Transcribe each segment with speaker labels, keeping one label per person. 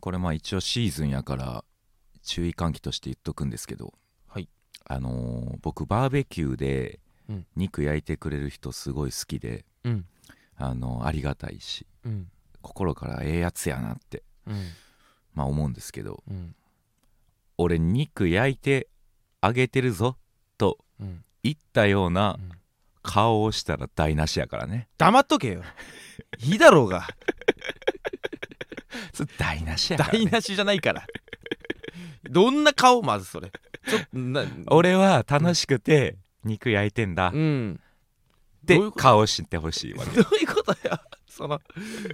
Speaker 1: これまあ一応シーズンやから注意喚起として言っとくんですけど、
Speaker 2: はい
Speaker 1: あのー僕バーベキューで
Speaker 2: うん
Speaker 1: 肉焼いてくれる人すごい好きで、
Speaker 2: うん
Speaker 1: あのーありがたいし
Speaker 2: うん
Speaker 1: 心からええやつやなって、
Speaker 2: うん
Speaker 1: まあ、思うんですけど
Speaker 2: うん
Speaker 1: 俺肉焼いてあげてるぞと
Speaker 2: うん
Speaker 1: 言ったような
Speaker 2: うん
Speaker 1: 顔をしたら台無しやからね
Speaker 2: 黙っと けよいいだろうが
Speaker 1: それ台無しやから、
Speaker 2: 台
Speaker 1: ね、
Speaker 2: 無しじゃないからどんな顔まずそれちょっとな
Speaker 1: 俺は楽しくて肉焼いてんだ
Speaker 2: う
Speaker 1: っ
Speaker 2: ん
Speaker 1: て
Speaker 2: どういうこと
Speaker 1: 顔してほしいわけ
Speaker 2: どういうことやその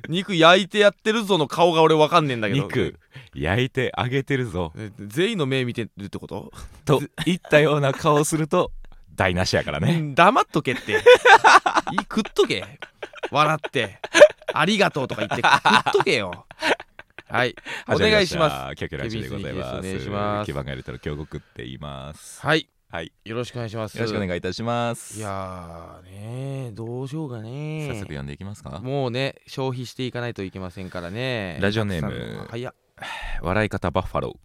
Speaker 2: 肉焼いてやってるぞの顔が俺わかんねえんだけど
Speaker 1: 肉焼いてあげてるぞ
Speaker 2: え全員の目見てるってこと、
Speaker 1: と言ったような顔すると台無しやからね
Speaker 2: うん黙っとけってい食っとけ笑ってありがとうとか言って食っとけよはいお願いします
Speaker 1: すキャキャラジでございます
Speaker 2: ケビンスですお願いします
Speaker 1: 基盤が入れたら京極って言います
Speaker 2: はい
Speaker 1: はい
Speaker 2: よろしくお願いします
Speaker 1: よろしくお願いいたします
Speaker 2: いやーねどうしようかね
Speaker 1: 早速読んでいきますか
Speaker 2: もうね消費していかないといけませんからね
Speaker 1: ラジオネーム
Speaker 2: たくさんの早っ
Speaker 1: 笑い方バッファロ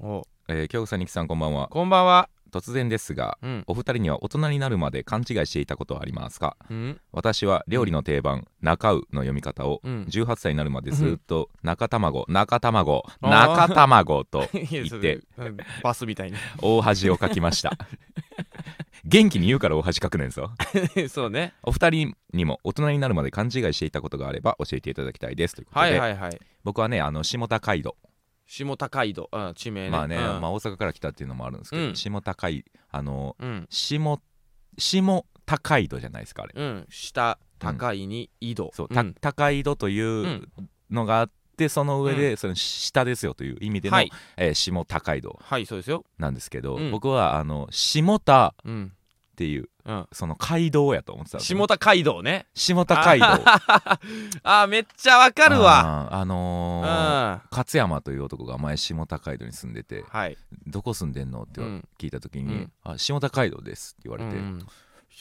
Speaker 2: お
Speaker 1: ー、えー、京極さんにきさんこんばんは
Speaker 2: こんばんは
Speaker 1: 突然ですが
Speaker 2: うん
Speaker 1: お二人には大人になるまで勘違いしていたことはありますか
Speaker 2: うん
Speaker 1: 私は料理の定番「中う」の読み方を
Speaker 2: うん
Speaker 1: 18歳になるまでずっと「中卵中卵
Speaker 2: あー
Speaker 1: 中卵」と
Speaker 2: いや
Speaker 1: 言
Speaker 2: そ
Speaker 1: っ
Speaker 2: れ
Speaker 1: て
Speaker 2: うんバスみたいに
Speaker 1: 大恥をかきました 元気に言うから大恥かくねんぞ
Speaker 2: そうね
Speaker 1: お二人にも大人になるまで勘違いしていたことがあれば教えていただきたいですということ
Speaker 2: は
Speaker 1: で、
Speaker 2: いはいはい
Speaker 1: 僕はねあの下高井戸、
Speaker 2: 下高井戸、うん、地名ね
Speaker 1: まあね、
Speaker 2: うん
Speaker 1: まあ、大阪から来たっていうのもあるんですけど、
Speaker 2: うん
Speaker 1: 下高井あの
Speaker 2: うん、
Speaker 1: 下下高井戸じゃないですかあれ、
Speaker 2: うん、下高いに井戸、
Speaker 1: そう、
Speaker 2: ん
Speaker 1: た高井戸というのがあってその上で、その下ですよという意味での、
Speaker 2: はい
Speaker 1: えー下高井戸
Speaker 2: はいそうですよ
Speaker 1: なんですけど、
Speaker 2: うん
Speaker 1: 僕はあの下田っ
Speaker 2: うん
Speaker 1: ていう
Speaker 2: うん
Speaker 1: その街道やと思ってたんですよ
Speaker 2: 下高井戸ね
Speaker 1: 下高井戸
Speaker 2: あーめっちゃわかるわ
Speaker 1: あーあ
Speaker 2: う
Speaker 1: の
Speaker 2: ん
Speaker 1: ー
Speaker 2: は
Speaker 1: 勝山という男が前下高井戸に住んでて
Speaker 2: い
Speaker 1: 「どこ住んでんの?」って
Speaker 2: うん
Speaker 1: 聞いた時に
Speaker 2: う
Speaker 1: 「
Speaker 2: ん
Speaker 1: あ下高井戸です」って言われて、
Speaker 2: うんうん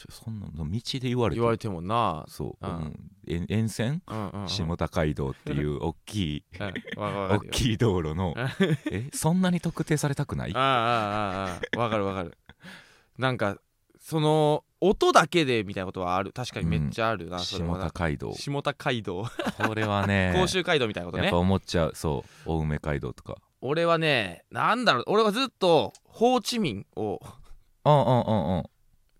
Speaker 1: そんなの道で言われて
Speaker 2: 言われてもな
Speaker 1: そう、
Speaker 2: うん
Speaker 1: うんえ沿線
Speaker 2: うんうんうん
Speaker 1: 下高井戸って いう大きい
Speaker 2: うんわわか
Speaker 1: 大
Speaker 2: るよ
Speaker 1: きい道路の
Speaker 2: う
Speaker 1: えそんなに特定されたくない
Speaker 2: ああああああわかるわかるなんかその音だけでみたいなことはある確かにめっちゃあるな、それも
Speaker 1: 下
Speaker 2: な
Speaker 1: 高井戸
Speaker 2: 下高井戸、
Speaker 1: これはね
Speaker 2: 甲州街道みたいなこと
Speaker 1: やっ
Speaker 2: ね
Speaker 1: ぱ思っちゃうそう青梅街道とか
Speaker 2: 俺はねなんだろう俺はずっとホーチミンを
Speaker 1: うんうんうんうん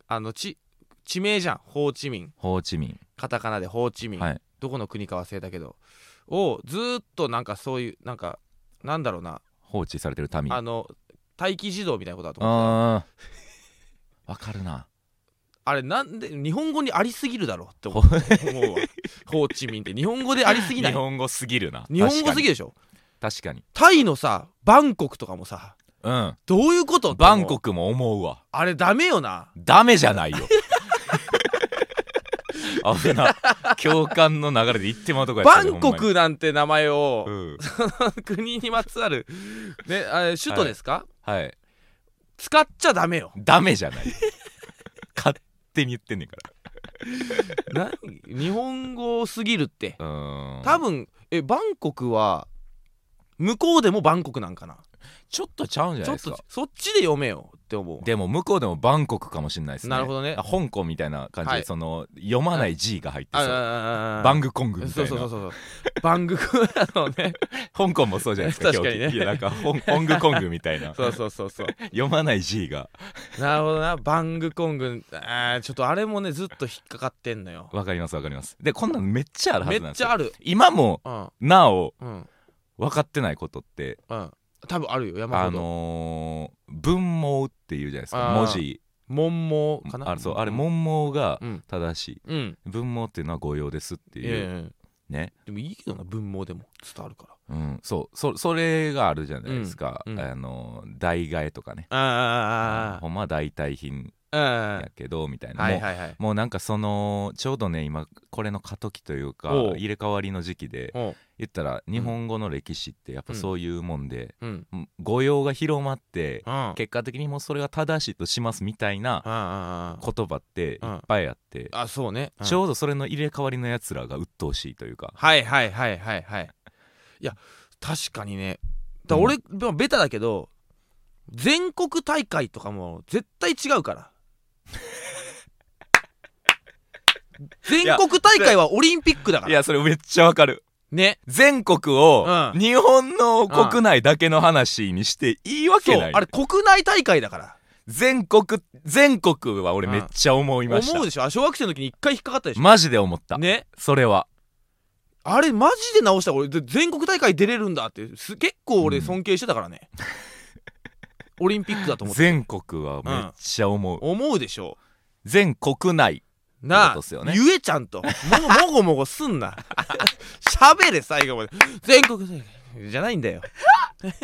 Speaker 2: あの地地名じゃんホーチミン
Speaker 1: ホーチミン
Speaker 2: カタカナでホーチミン、
Speaker 1: はい
Speaker 2: どこの国か忘れたけどをずーっとなんかそういうなんかなんだろうな
Speaker 1: 放置されてる民
Speaker 2: あの待機児童みたいなことだと思って
Speaker 1: あーわかるな
Speaker 2: たあれなんで日本語にありすぎるだろ って思う思うわホーチミンって日本語でありすぎない
Speaker 1: 本語すぎるな
Speaker 2: 日本語すぎるでしょ
Speaker 1: 確かに
Speaker 2: タイのさバンコクとかもさ
Speaker 1: 確かにうん
Speaker 2: どういうこと
Speaker 1: バンコ
Speaker 2: ク
Speaker 1: クも思うわ
Speaker 2: あれダメよな
Speaker 1: ダメじゃ ないよ危な共感の流れで言ってまうとこやった
Speaker 2: バ
Speaker 1: ね
Speaker 2: ンコ、クなんて名前を
Speaker 1: ほんま、にうん、
Speaker 2: 国にまつわる、ね、あれ首都ですか、
Speaker 1: はい
Speaker 2: 使っちゃダメよ
Speaker 1: ダメじゃない勝手に言ってんねんか
Speaker 2: 何日本語すぎるって
Speaker 1: らうーん
Speaker 2: 多分えバンコクは向こうでもバンコクなんかな
Speaker 1: ちょっとちゃうんじゃ
Speaker 2: ち
Speaker 1: ない
Speaker 2: ょ
Speaker 1: で
Speaker 2: っ
Speaker 1: すか
Speaker 2: とそっちで読めよって思う
Speaker 1: でも向こうでもバンコクかもしれないですね
Speaker 2: なるほどね
Speaker 1: あ香港みたいな感じで、
Speaker 2: はい
Speaker 1: その読まない G が入って
Speaker 2: あ
Speaker 1: そう
Speaker 2: ああ
Speaker 1: バングコングみたいな
Speaker 2: そうそうそうそうバングクあのね
Speaker 1: 香港もそうじゃないですか
Speaker 2: 確かにね
Speaker 1: 狂気いやなんかホンホングコングみたいな
Speaker 2: そうそうそうそう
Speaker 1: 読まない G が
Speaker 2: なるほどなバングコングあーちょっとあれもねずっと引っかかってんのよ
Speaker 1: わかりますわかりますでこんなのめっちゃあるは
Speaker 2: め
Speaker 1: ずなん
Speaker 2: っ
Speaker 1: です
Speaker 2: ち
Speaker 1: よ
Speaker 2: ゃある
Speaker 1: 今も
Speaker 2: うん
Speaker 1: なお
Speaker 2: うん
Speaker 1: 分かってないことって
Speaker 2: うん多分あるよ山
Speaker 1: あ
Speaker 2: ほど
Speaker 1: のー文盲っていうじゃないですか
Speaker 2: あー
Speaker 1: 文字
Speaker 2: 文盲かな
Speaker 1: あれそうあれ文盲が
Speaker 2: うん
Speaker 1: 正しい
Speaker 2: うん
Speaker 1: 文盲っていうのは誤用ですって
Speaker 2: い
Speaker 1: い
Speaker 2: やいうやいや
Speaker 1: ね
Speaker 2: でもいいけどな文盲でも伝わるから
Speaker 1: うんそうそそれがあるじゃないですか
Speaker 2: うんうん
Speaker 1: あのー代替えとかね
Speaker 2: あ
Speaker 1: ほんまは代替品
Speaker 2: あああ
Speaker 1: やけどみたいな
Speaker 2: は
Speaker 1: も
Speaker 2: いうはいはい
Speaker 1: もうなんかそのちょうどね今これの過渡期というか
Speaker 2: おう
Speaker 1: 入れ替わりの時期で
Speaker 2: おう
Speaker 1: 言ったら日本語の歴史ってやっぱそういうもんで、
Speaker 2: うん
Speaker 1: うん誤用が広まって
Speaker 2: うんあ
Speaker 1: 結果的にもうそれが正しいとしますみたいな
Speaker 2: ああ
Speaker 1: 言葉っていっぱいあって、
Speaker 2: ああそうねうん
Speaker 1: ちょうどそれの入れ替わりのやつらが鬱陶しいというか、
Speaker 2: はいはいはいはいはいいや確かにねだから俺、まあベタだけど全国大会とかも絶対違うから 全国大会はオリンピックだか
Speaker 1: い
Speaker 2: ら
Speaker 1: やそれめっちゃわかる
Speaker 2: ね
Speaker 1: 全国を
Speaker 2: うん
Speaker 1: 日本の国内だけの話にしていいわ
Speaker 2: そ
Speaker 1: け
Speaker 2: う
Speaker 1: ない、
Speaker 2: あれ国内大会だから
Speaker 1: 全国全国は俺めっちゃ思いました
Speaker 2: 思うでしょ小学生の時に一回引っかかったでし
Speaker 1: マジで思った、
Speaker 2: ょね
Speaker 1: それは
Speaker 2: あれマジで直した俺で全国大会出れるんだってす結構
Speaker 1: う
Speaker 2: 俺
Speaker 1: ん
Speaker 2: 尊敬してたか らね、オリンピックだと思って
Speaker 1: 全国はめっちゃ思う、
Speaker 2: 思うでしょ
Speaker 1: 全国内
Speaker 2: な
Speaker 1: そう
Speaker 2: あ
Speaker 1: ですよね
Speaker 2: 言えちゃんともごもごもごすんな 喋れ最後まで全国大会じゃないんだよ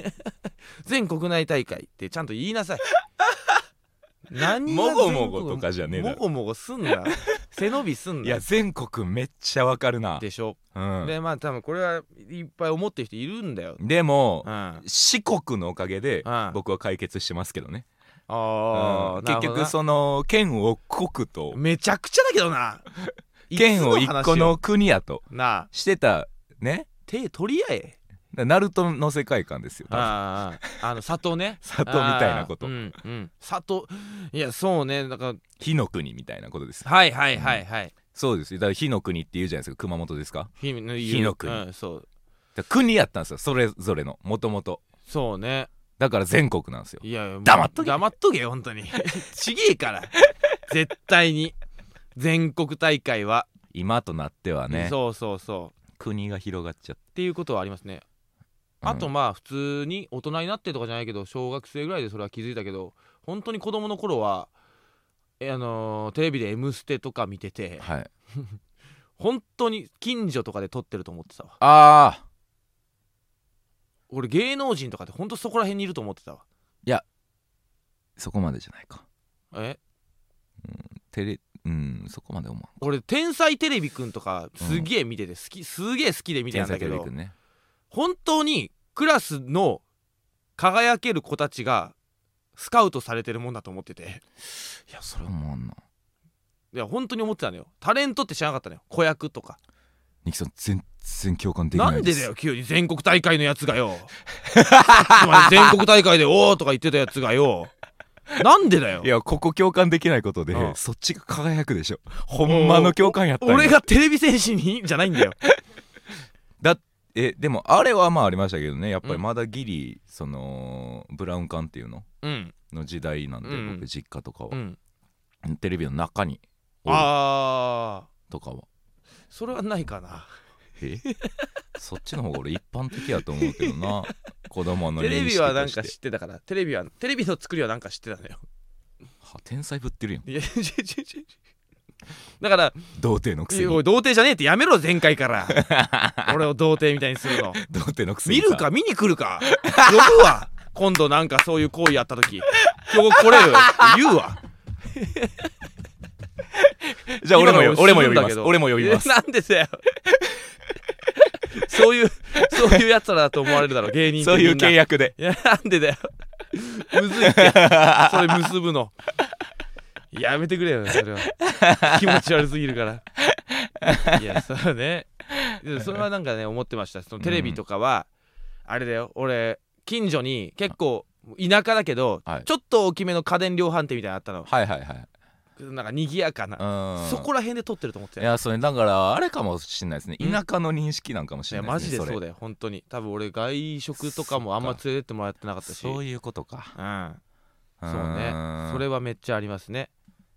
Speaker 2: 全国内大会ってちゃんと言いなさい何が
Speaker 1: もごもごとかじゃねえだ
Speaker 2: も
Speaker 1: ろ
Speaker 2: ごもごすんな背伸びすん
Speaker 1: い
Speaker 2: な
Speaker 1: や全国めっちゃわかるな
Speaker 2: でしょ、
Speaker 1: うんで
Speaker 2: でまあ多分これはいっぱい思ってる人いるんだよ、
Speaker 1: も
Speaker 2: うん、あ
Speaker 1: 四国のおかげで
Speaker 2: うん
Speaker 1: 僕は解決してますけどね、
Speaker 2: あ、
Speaker 1: うん
Speaker 2: な
Speaker 1: 結
Speaker 2: るほどな
Speaker 1: 局その県を国と
Speaker 2: めちゃくちゃだけどな
Speaker 1: 県を
Speaker 2: いつ
Speaker 1: 一
Speaker 2: 話
Speaker 1: 個
Speaker 2: よ
Speaker 1: の国やと
Speaker 2: なあ
Speaker 1: してたね
Speaker 2: 手取り合え
Speaker 1: ナルトの世界観ですよ多分
Speaker 2: あああの里ね
Speaker 1: 里みたいなこと
Speaker 2: ああうんうん里いやそうねだから
Speaker 1: 火の国みたいなことです
Speaker 2: はいはいはいはい
Speaker 1: そうですよだから火の国って言うじゃないですか熊本ですか
Speaker 2: 火の
Speaker 1: 火の国
Speaker 2: うんそう
Speaker 1: だから国やったんですよそれぞれのもともと
Speaker 2: そうね
Speaker 1: だから全国なんですよ
Speaker 2: いやもう
Speaker 1: 黙っとけ
Speaker 2: 黙っとけよ 本当にちげえから絶対に全国大会は
Speaker 1: 今となってはね
Speaker 2: そうそうそう
Speaker 1: 国が広がっちゃっ
Speaker 2: っていうことはありますね
Speaker 1: た、
Speaker 2: あとまあ普通に大人になってとかじゃないけど小学生ぐらいでそれは気づいたけど本当に子供の頃はえあのーテレビで「M ステ」とか見てて
Speaker 1: はい
Speaker 2: 本当に近所とかで撮ってると思ってたわ
Speaker 1: ああ
Speaker 2: 俺芸能人とかって本当そこら辺にいると思ってたわ
Speaker 1: そこまでじゃないか
Speaker 2: え
Speaker 1: テレうんそこまで思う
Speaker 2: 俺「天才テレビくん」とかすげえ見てて好きすげえ好きで見てた
Speaker 1: 天才
Speaker 2: んだけ
Speaker 1: テレビ
Speaker 2: ど
Speaker 1: くんね
Speaker 2: 本当にクラスの輝ける子たちがスカウトされてるもんだと思ってて
Speaker 1: いやそれ思わんない
Speaker 2: や本当に思ってたのよタレントって知らなかったのよ子役とか
Speaker 1: ニキさん全然共感でき
Speaker 2: な
Speaker 1: なんい
Speaker 2: ですだよ急に全国大会のやつ がよさっきまで全国大会で「おー」とか言ってたやつがよなんでだよ
Speaker 1: いやここ共感できないことで、
Speaker 2: うん
Speaker 1: そっちが輝くでしょほんまの共感やったんや
Speaker 2: 俺がテレビ戦士に じゃないんだよ
Speaker 1: えでもあれはまあありましたけどねやっぱり
Speaker 2: うん
Speaker 1: まだギリそのブラウン管っていうの
Speaker 2: うん
Speaker 1: の時代なんで、
Speaker 2: うん
Speaker 1: 僕実家とか
Speaker 2: う
Speaker 1: は、
Speaker 2: ん
Speaker 1: テレビの中におる
Speaker 2: あ
Speaker 1: とかは
Speaker 2: ーそれはないかな
Speaker 1: え そっちの方が俺一般的やと思うけど な子供の
Speaker 2: テレ
Speaker 1: 認識
Speaker 2: ビ
Speaker 1: と
Speaker 2: はなん
Speaker 1: して
Speaker 2: か知ってたからテレビはテレビの作りはなんか知ってたのよ
Speaker 1: は天才ぶってるやん
Speaker 2: いやちちちちだから
Speaker 1: 童貞のく
Speaker 2: い
Speaker 1: せ
Speaker 2: や
Speaker 1: に
Speaker 2: おい童貞じゃねえってやめろ前回から 俺を童貞みたいにするの
Speaker 1: 童貞のくせに
Speaker 2: 見
Speaker 1: さ
Speaker 2: るか見に来るか呼ぶわ今度なんかそういう行為やった時今日来れる言うわ
Speaker 1: じゃあ俺も
Speaker 2: 今
Speaker 1: よ
Speaker 2: の
Speaker 1: 俺も呼び
Speaker 2: するんだ
Speaker 1: ま
Speaker 2: け
Speaker 1: す
Speaker 2: ど
Speaker 1: 俺も呼び ます
Speaker 2: えなんでだよそういうそういうやつらだと思われるだろ芸人って
Speaker 1: そういう
Speaker 2: みんな
Speaker 1: 契約で
Speaker 2: いやなんでだよ むずいってそれ結ぶのやめてくれよそれは気持ち悪すぎるからいやそうねでそれはなんかね思ってましたそのテレビとかは、あれだよ俺近所に結構田舎だけど、
Speaker 1: はい
Speaker 2: ちょっと大きめの家電量販店みたいなのあったの
Speaker 1: はいはいはい
Speaker 2: なんか賑やかな、
Speaker 1: うん
Speaker 2: そこら辺で撮ってると思ってた
Speaker 1: い
Speaker 2: よ
Speaker 1: やそれだからあれかもしんないですね
Speaker 2: うん
Speaker 1: 田舎の認識なんかもし
Speaker 2: い
Speaker 1: れ
Speaker 2: や
Speaker 1: ない
Speaker 2: マ
Speaker 1: です
Speaker 2: ジ
Speaker 1: ねそ
Speaker 2: で
Speaker 1: れ
Speaker 2: そうだよ本当に多分俺外食とかもあんま連れてってもらってなかったし
Speaker 1: そういうことか
Speaker 2: うんそう
Speaker 1: ー
Speaker 2: ね
Speaker 1: ん
Speaker 2: それはめっちゃありますね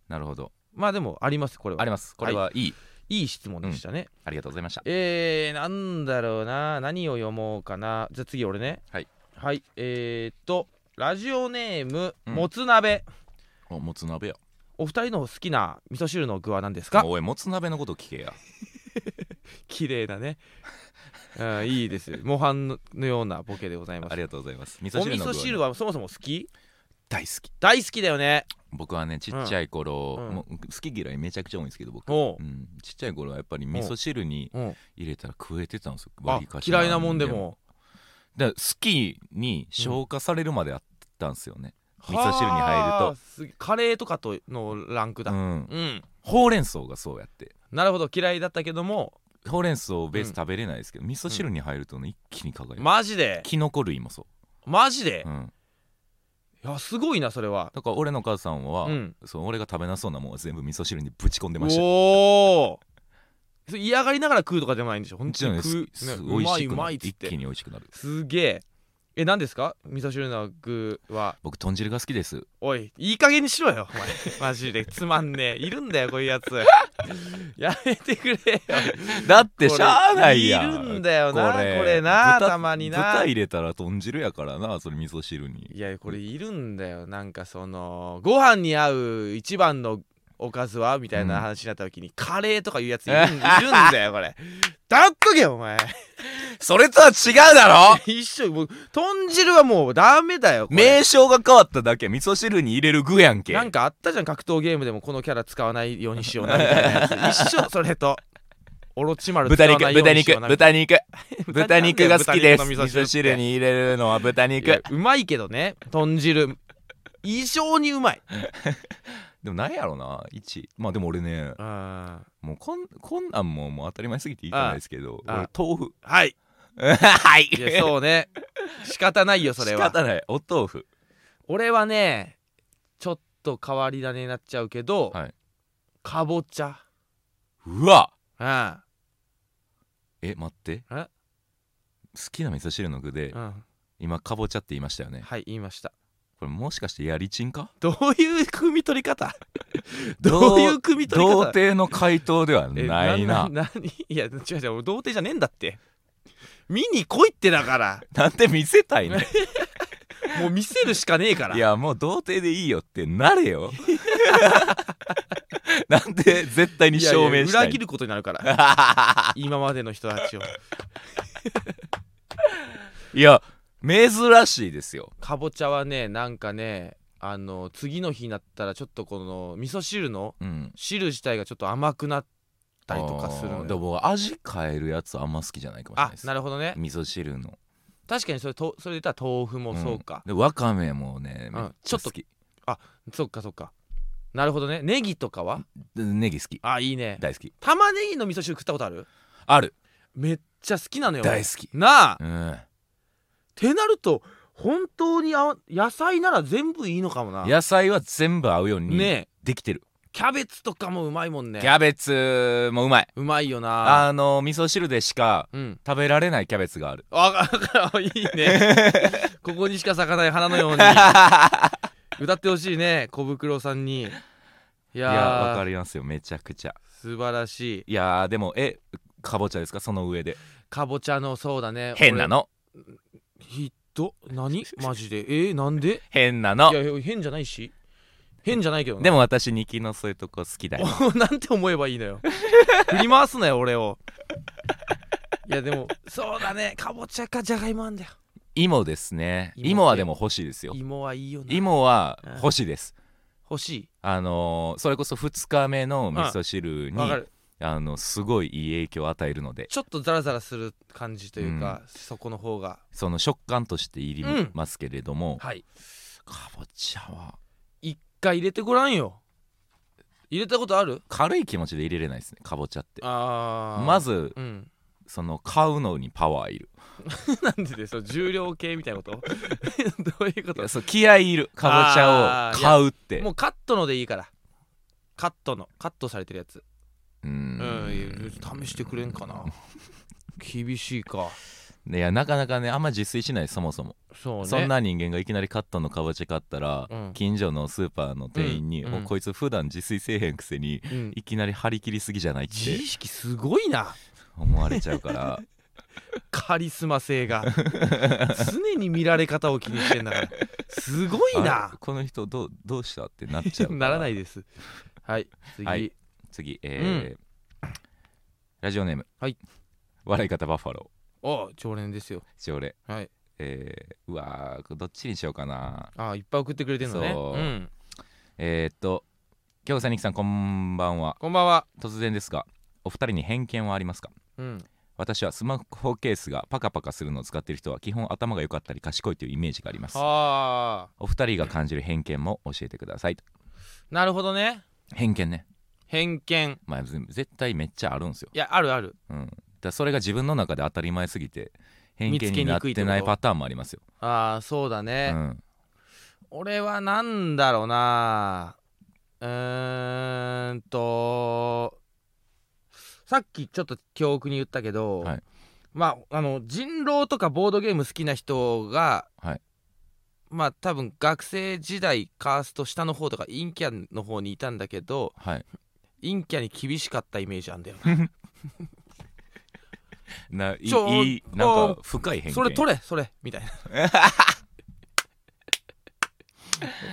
Speaker 1: なるほど
Speaker 2: まあでもありますこれは
Speaker 1: ありますこれはいい
Speaker 2: いい質問でしたね、
Speaker 1: ありがとうございました
Speaker 2: えー、なんだろうな何を読もうかなじゃあ次俺ね
Speaker 1: はい、
Speaker 2: はい、えー、っとラジオネーム、
Speaker 1: うん
Speaker 2: もつ鍋
Speaker 1: おもつ鍋や
Speaker 2: お二人の好きな味噌汁の具は何ですか
Speaker 1: おいもつ鍋のこと聞けや
Speaker 2: 綺麗な ねうんいいですよ模範のようなボケでございます
Speaker 1: ありがとうございます味
Speaker 2: お
Speaker 1: 噌汁
Speaker 2: 味
Speaker 1: の
Speaker 2: 噌汁
Speaker 1: は
Speaker 2: はそもそも好き
Speaker 1: 大好き
Speaker 2: 大好きだよね
Speaker 1: 僕はねちっちゃい頃、
Speaker 2: うん
Speaker 1: もう好き嫌いめちゃくちゃ多いんですけど僕
Speaker 2: おう
Speaker 1: うん、ちっちゃい頃はやっぱり味噌汁に
Speaker 2: うん、
Speaker 1: 入れたら食えてたんですよ
Speaker 2: あ
Speaker 1: 割りかし
Speaker 2: 嫌いなもんでも
Speaker 1: だから好きに消化されるまであったんですよね、味噌汁に入る
Speaker 2: はあすげカレーとかとのランク
Speaker 1: う
Speaker 2: だ
Speaker 1: ん
Speaker 2: うん、
Speaker 1: ほうれん草がそうやって
Speaker 2: なるほど嫌いだったけども
Speaker 1: ほうれん草をベース食べれないですけど、味噌汁に入るとね一気に輝く、
Speaker 2: マジで
Speaker 1: キノコ類もそ
Speaker 2: マジで
Speaker 1: う、う、ん、
Speaker 2: いやすごいなそれは
Speaker 1: だから俺の母さんは、
Speaker 2: うん
Speaker 1: その俺が食べなそうなもんは全部味噌汁にぶち込んでましたよ
Speaker 2: おおそれ嫌がりながら食うとかでもないんでしょ
Speaker 1: も
Speaker 2: 本
Speaker 1: ち
Speaker 2: 当
Speaker 1: ろん
Speaker 2: に
Speaker 1: です
Speaker 2: 食う,、
Speaker 1: す
Speaker 2: う
Speaker 1: 美味
Speaker 2: ま
Speaker 1: し
Speaker 2: いう
Speaker 1: くな
Speaker 2: ま
Speaker 1: る
Speaker 2: いっつっ
Speaker 1: 一気
Speaker 2: て
Speaker 1: に美味しくなる
Speaker 2: すげええ何ですか味噌汁の具は
Speaker 1: 僕豚汁が好きです
Speaker 2: おいいい加減にしろよお前 マジでつまんねえいるんだよこういうやつ やめてくれよ
Speaker 1: だってしゃあないや
Speaker 2: い
Speaker 1: ん
Speaker 2: るんだよなこれな
Speaker 1: 豚
Speaker 2: たまにな
Speaker 1: 豚入れたら豚汁やからなそれ味噌汁に
Speaker 2: いやこれいるんだよなんかそのご飯に合う一番のおかずはみたいな話になった時に、カレーとかいうやついるんいるんだよこれだっとけよお前
Speaker 1: それとは違うだろ
Speaker 2: 一緒もう豚汁はもうダメだよこれ
Speaker 1: 名称が変わっただけ味噌汁に入れる具やんけ
Speaker 2: なんかあったじゃん格闘ゲームでもこのキャラ使わないようにしようなみたいなやつ一緒それとオロチマル使
Speaker 1: 豚
Speaker 2: わ
Speaker 1: 肉
Speaker 2: ないよう
Speaker 1: 豚
Speaker 2: にしよ
Speaker 1: 肉
Speaker 2: うなみたい
Speaker 1: 豚肉豚
Speaker 2: な
Speaker 1: 肉が好きです味
Speaker 2: 豚肉の
Speaker 1: 噌汁
Speaker 2: って
Speaker 1: に入れるのは豚
Speaker 2: いや
Speaker 1: 肉
Speaker 2: うまいけどね豚汁異常にうまい
Speaker 1: でもなんやろな1まあでも俺ね
Speaker 2: うん
Speaker 1: もうこんこんなんももう当たり前すぎていいじゃないですけど
Speaker 2: あ
Speaker 1: 俺豆腐
Speaker 2: はい
Speaker 1: はい
Speaker 2: いやそうね仕方ないよそれ
Speaker 1: 仕
Speaker 2: は
Speaker 1: 方ないお豆腐
Speaker 2: 俺はねちょっと変わり種になっちゃうけど、
Speaker 1: はい
Speaker 2: かぼちゃ
Speaker 1: うわ
Speaker 2: うん
Speaker 1: え待って
Speaker 2: え
Speaker 1: 好きな味噌汁の具で
Speaker 2: うん
Speaker 1: 今かぼちゃって言いましたよね
Speaker 2: はい言いました
Speaker 1: これもしかしてやりちんか
Speaker 2: どういう汲み取り方 どういう汲み取り
Speaker 1: 童
Speaker 2: 方
Speaker 1: 貞の回答では
Speaker 2: え
Speaker 1: ないな
Speaker 2: な何 いや違う違う俺童貞じゃねえんだって見に来いってだから
Speaker 1: なんて見せたいね
Speaker 2: もう見せるしかねえから
Speaker 1: いやもう童貞でいいよってなれ よなんで絶対に証明し
Speaker 2: い
Speaker 1: た
Speaker 2: やいや裏
Speaker 1: い
Speaker 2: 切
Speaker 1: の
Speaker 2: ることになるから 今までの人たちを
Speaker 1: いや珍しいですよ
Speaker 2: かぼちゃはねなんかねあの次の日になったらちょっとこの味噌汁の
Speaker 1: うん
Speaker 2: 汁自体がちょっと甘くなったりとかする
Speaker 1: あ
Speaker 2: の
Speaker 1: ーで
Speaker 2: よ
Speaker 1: も僕味変えるやつあんま好きじゃないかもしれ
Speaker 2: あ
Speaker 1: ないです
Speaker 2: なるほどね
Speaker 1: 味噌汁の
Speaker 2: 確かにそれとそれで言ったら豆腐もそうか、
Speaker 1: んでわかめもね
Speaker 2: うん
Speaker 1: めちょっと好き
Speaker 2: そっかそっかなるほどねネギとかは
Speaker 1: でネギ好き
Speaker 2: あいいね
Speaker 1: 大好き
Speaker 2: 玉ねぎの味噌汁食ったことある
Speaker 1: ある
Speaker 2: めっちゃ好きなのよ
Speaker 1: 大好き
Speaker 2: なあ、っ
Speaker 1: うん
Speaker 2: てなると本当にあ野菜なら全部いいのかもな
Speaker 1: 野菜は全部合うように
Speaker 2: ねえ
Speaker 1: できてる
Speaker 2: キャベツとかもうまいもんね
Speaker 1: キャベツもうまいう
Speaker 2: まいよな
Speaker 1: あの味噌汁でしか
Speaker 2: うん
Speaker 1: 食べられないキャベツがある
Speaker 2: ああいいね ここにしか咲かない花のように 歌ってほしいね小袋さんにい
Speaker 1: い
Speaker 2: や
Speaker 1: や
Speaker 2: ー
Speaker 1: わかりますよめちゃくちゃ
Speaker 2: 素晴らしい
Speaker 1: いやーでもえかぼちゃですかその上で
Speaker 2: かぼちゃのそうだね
Speaker 1: 変なの
Speaker 2: 俺ひど 何マジでえー、なんで
Speaker 1: 変なの
Speaker 2: いやいや変じゃないし変じゃないけどな
Speaker 1: でも私ニキのそういうとこ好きだよ
Speaker 2: お なんて思えばいいのよ振り回すなよ俺 をいやでもそうだねかぼちゃかじゃがいもあんだよ
Speaker 1: 芋ですね
Speaker 2: 芋
Speaker 1: 芋はでも欲しいですよ
Speaker 2: 芋はいいよね
Speaker 1: 芋は欲しいです
Speaker 2: 欲しい
Speaker 1: あのーそれこそ2日目の味噌汁に
Speaker 2: わかる
Speaker 1: あのすごいいい影響を与えるので
Speaker 2: ちょっとザラザラする感じというか、そこの方が
Speaker 1: その食感として入
Speaker 2: う
Speaker 1: り
Speaker 2: ん
Speaker 1: ますけれども、
Speaker 2: はい
Speaker 1: かぼちゃは
Speaker 2: 一回入れてごらんよ入れたことある
Speaker 1: 軽い気持ちで入れれないですねかぼちゃって
Speaker 2: あー
Speaker 1: まず
Speaker 2: うん
Speaker 1: その買うのにパワーいる
Speaker 2: なんででそう重量系みたいなこと どういうこ
Speaker 1: い
Speaker 2: と
Speaker 1: やそう気合いいるかぼちゃ
Speaker 2: あ
Speaker 1: を
Speaker 2: ー
Speaker 1: 買うって
Speaker 2: もうカットのでいいからカットのカットされてるやつ
Speaker 1: うー
Speaker 2: うん
Speaker 1: ん
Speaker 2: 試してくれんかな厳しいか
Speaker 1: いやなかなかねあんま自炊しないそもそも
Speaker 2: そうね
Speaker 1: そんな人間がいきなりカットのかぼちゃ買ったら、
Speaker 2: うん
Speaker 1: 近所のスーパーの店員に「
Speaker 2: うん
Speaker 1: おこいつ普段自炊せえへんくせに
Speaker 2: うん
Speaker 1: いきなり張り切りすぎじゃない?」っ
Speaker 2: 自
Speaker 1: て
Speaker 2: 意識すごいな
Speaker 1: 思われちゃうから
Speaker 2: カリスマ性が常に見られ方を気にしてんだからすご い
Speaker 1: あれ
Speaker 2: な
Speaker 1: この人どうどうしたってなっちゃう
Speaker 2: ならないいですはい次、
Speaker 1: はい次えーラジオネーム、
Speaker 2: はい、
Speaker 1: 笑い方バッファロ
Speaker 2: お常連ですよ
Speaker 1: ー常連
Speaker 2: はい
Speaker 1: えー、うわーこれどっちにしようかな
Speaker 2: あいっぱい送ってくれてるのね
Speaker 1: そう
Speaker 2: うん、
Speaker 1: えー、っと京子さんにきさんこんばんは
Speaker 2: こんばんは
Speaker 1: 突然ですがお二人に偏見はありますか
Speaker 2: うん
Speaker 1: 私はスマホケースがパカパカするのを使っている人は基本頭が良かったり賢いというイメージがあります
Speaker 2: はあ
Speaker 1: お二人が感じる偏見も教えてください
Speaker 2: なるほどね
Speaker 1: 偏見ね
Speaker 2: 偏見
Speaker 1: まあ、ぜ絶対めっちゃあるんですよ、
Speaker 2: いやあるある
Speaker 1: うん、だからそれが自分の中で当たり前すぎて偏
Speaker 2: 見
Speaker 1: 見になってないパターンもありますよ、
Speaker 2: ああそうだ
Speaker 1: う
Speaker 2: ね、
Speaker 1: ん、
Speaker 2: 俺はなんだろうなうーんとさっきちょっと記憶に言ったけど、
Speaker 1: はい
Speaker 2: まああの人狼とかボードゲーム好きな人が、
Speaker 1: はい
Speaker 2: まあ多分学生時代カースト下の方とか陰キャの方にいたんだけど
Speaker 1: はい
Speaker 2: 陰キャに厳しかったイメージあんだよな
Speaker 1: ないい
Speaker 2: ちょ
Speaker 1: いいなんか深い偏見
Speaker 2: それ取れそれ みたいな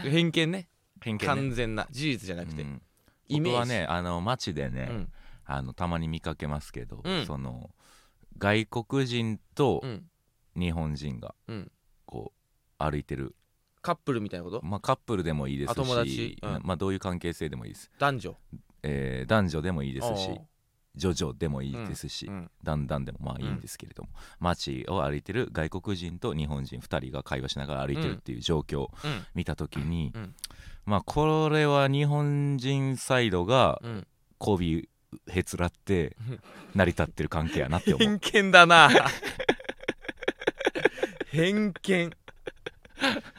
Speaker 2: 偏見ね
Speaker 1: 偏見、ね
Speaker 2: 完全な事実じゃなくて、
Speaker 1: うん
Speaker 2: イメージ
Speaker 1: 僕はねあの街でね、
Speaker 2: うん
Speaker 1: あのたまに見かけますけど、
Speaker 2: うん
Speaker 1: その外国人と
Speaker 2: うん
Speaker 1: 日本人が
Speaker 2: うん
Speaker 1: こう歩いてる、
Speaker 2: カップルみたいなこと
Speaker 1: まあ、カップルでもいいですし
Speaker 2: あ友達うん
Speaker 1: まあ、どういう関係性でもいいです、
Speaker 2: 男女
Speaker 1: えー男女でもいいですし
Speaker 2: おう
Speaker 1: ジョジョでもいいですし、
Speaker 2: うん
Speaker 1: だんだんでもまあいいんですけれども、街を歩いてる外国人と日本人2人が会話しながら歩いてるっていう状況を
Speaker 2: うん
Speaker 1: 見た時に、
Speaker 2: うん
Speaker 1: まあこれは日本人サイドが
Speaker 2: うん
Speaker 1: 媚びへつらって成り立ってる関係やなって思う
Speaker 2: 偏見だな偏見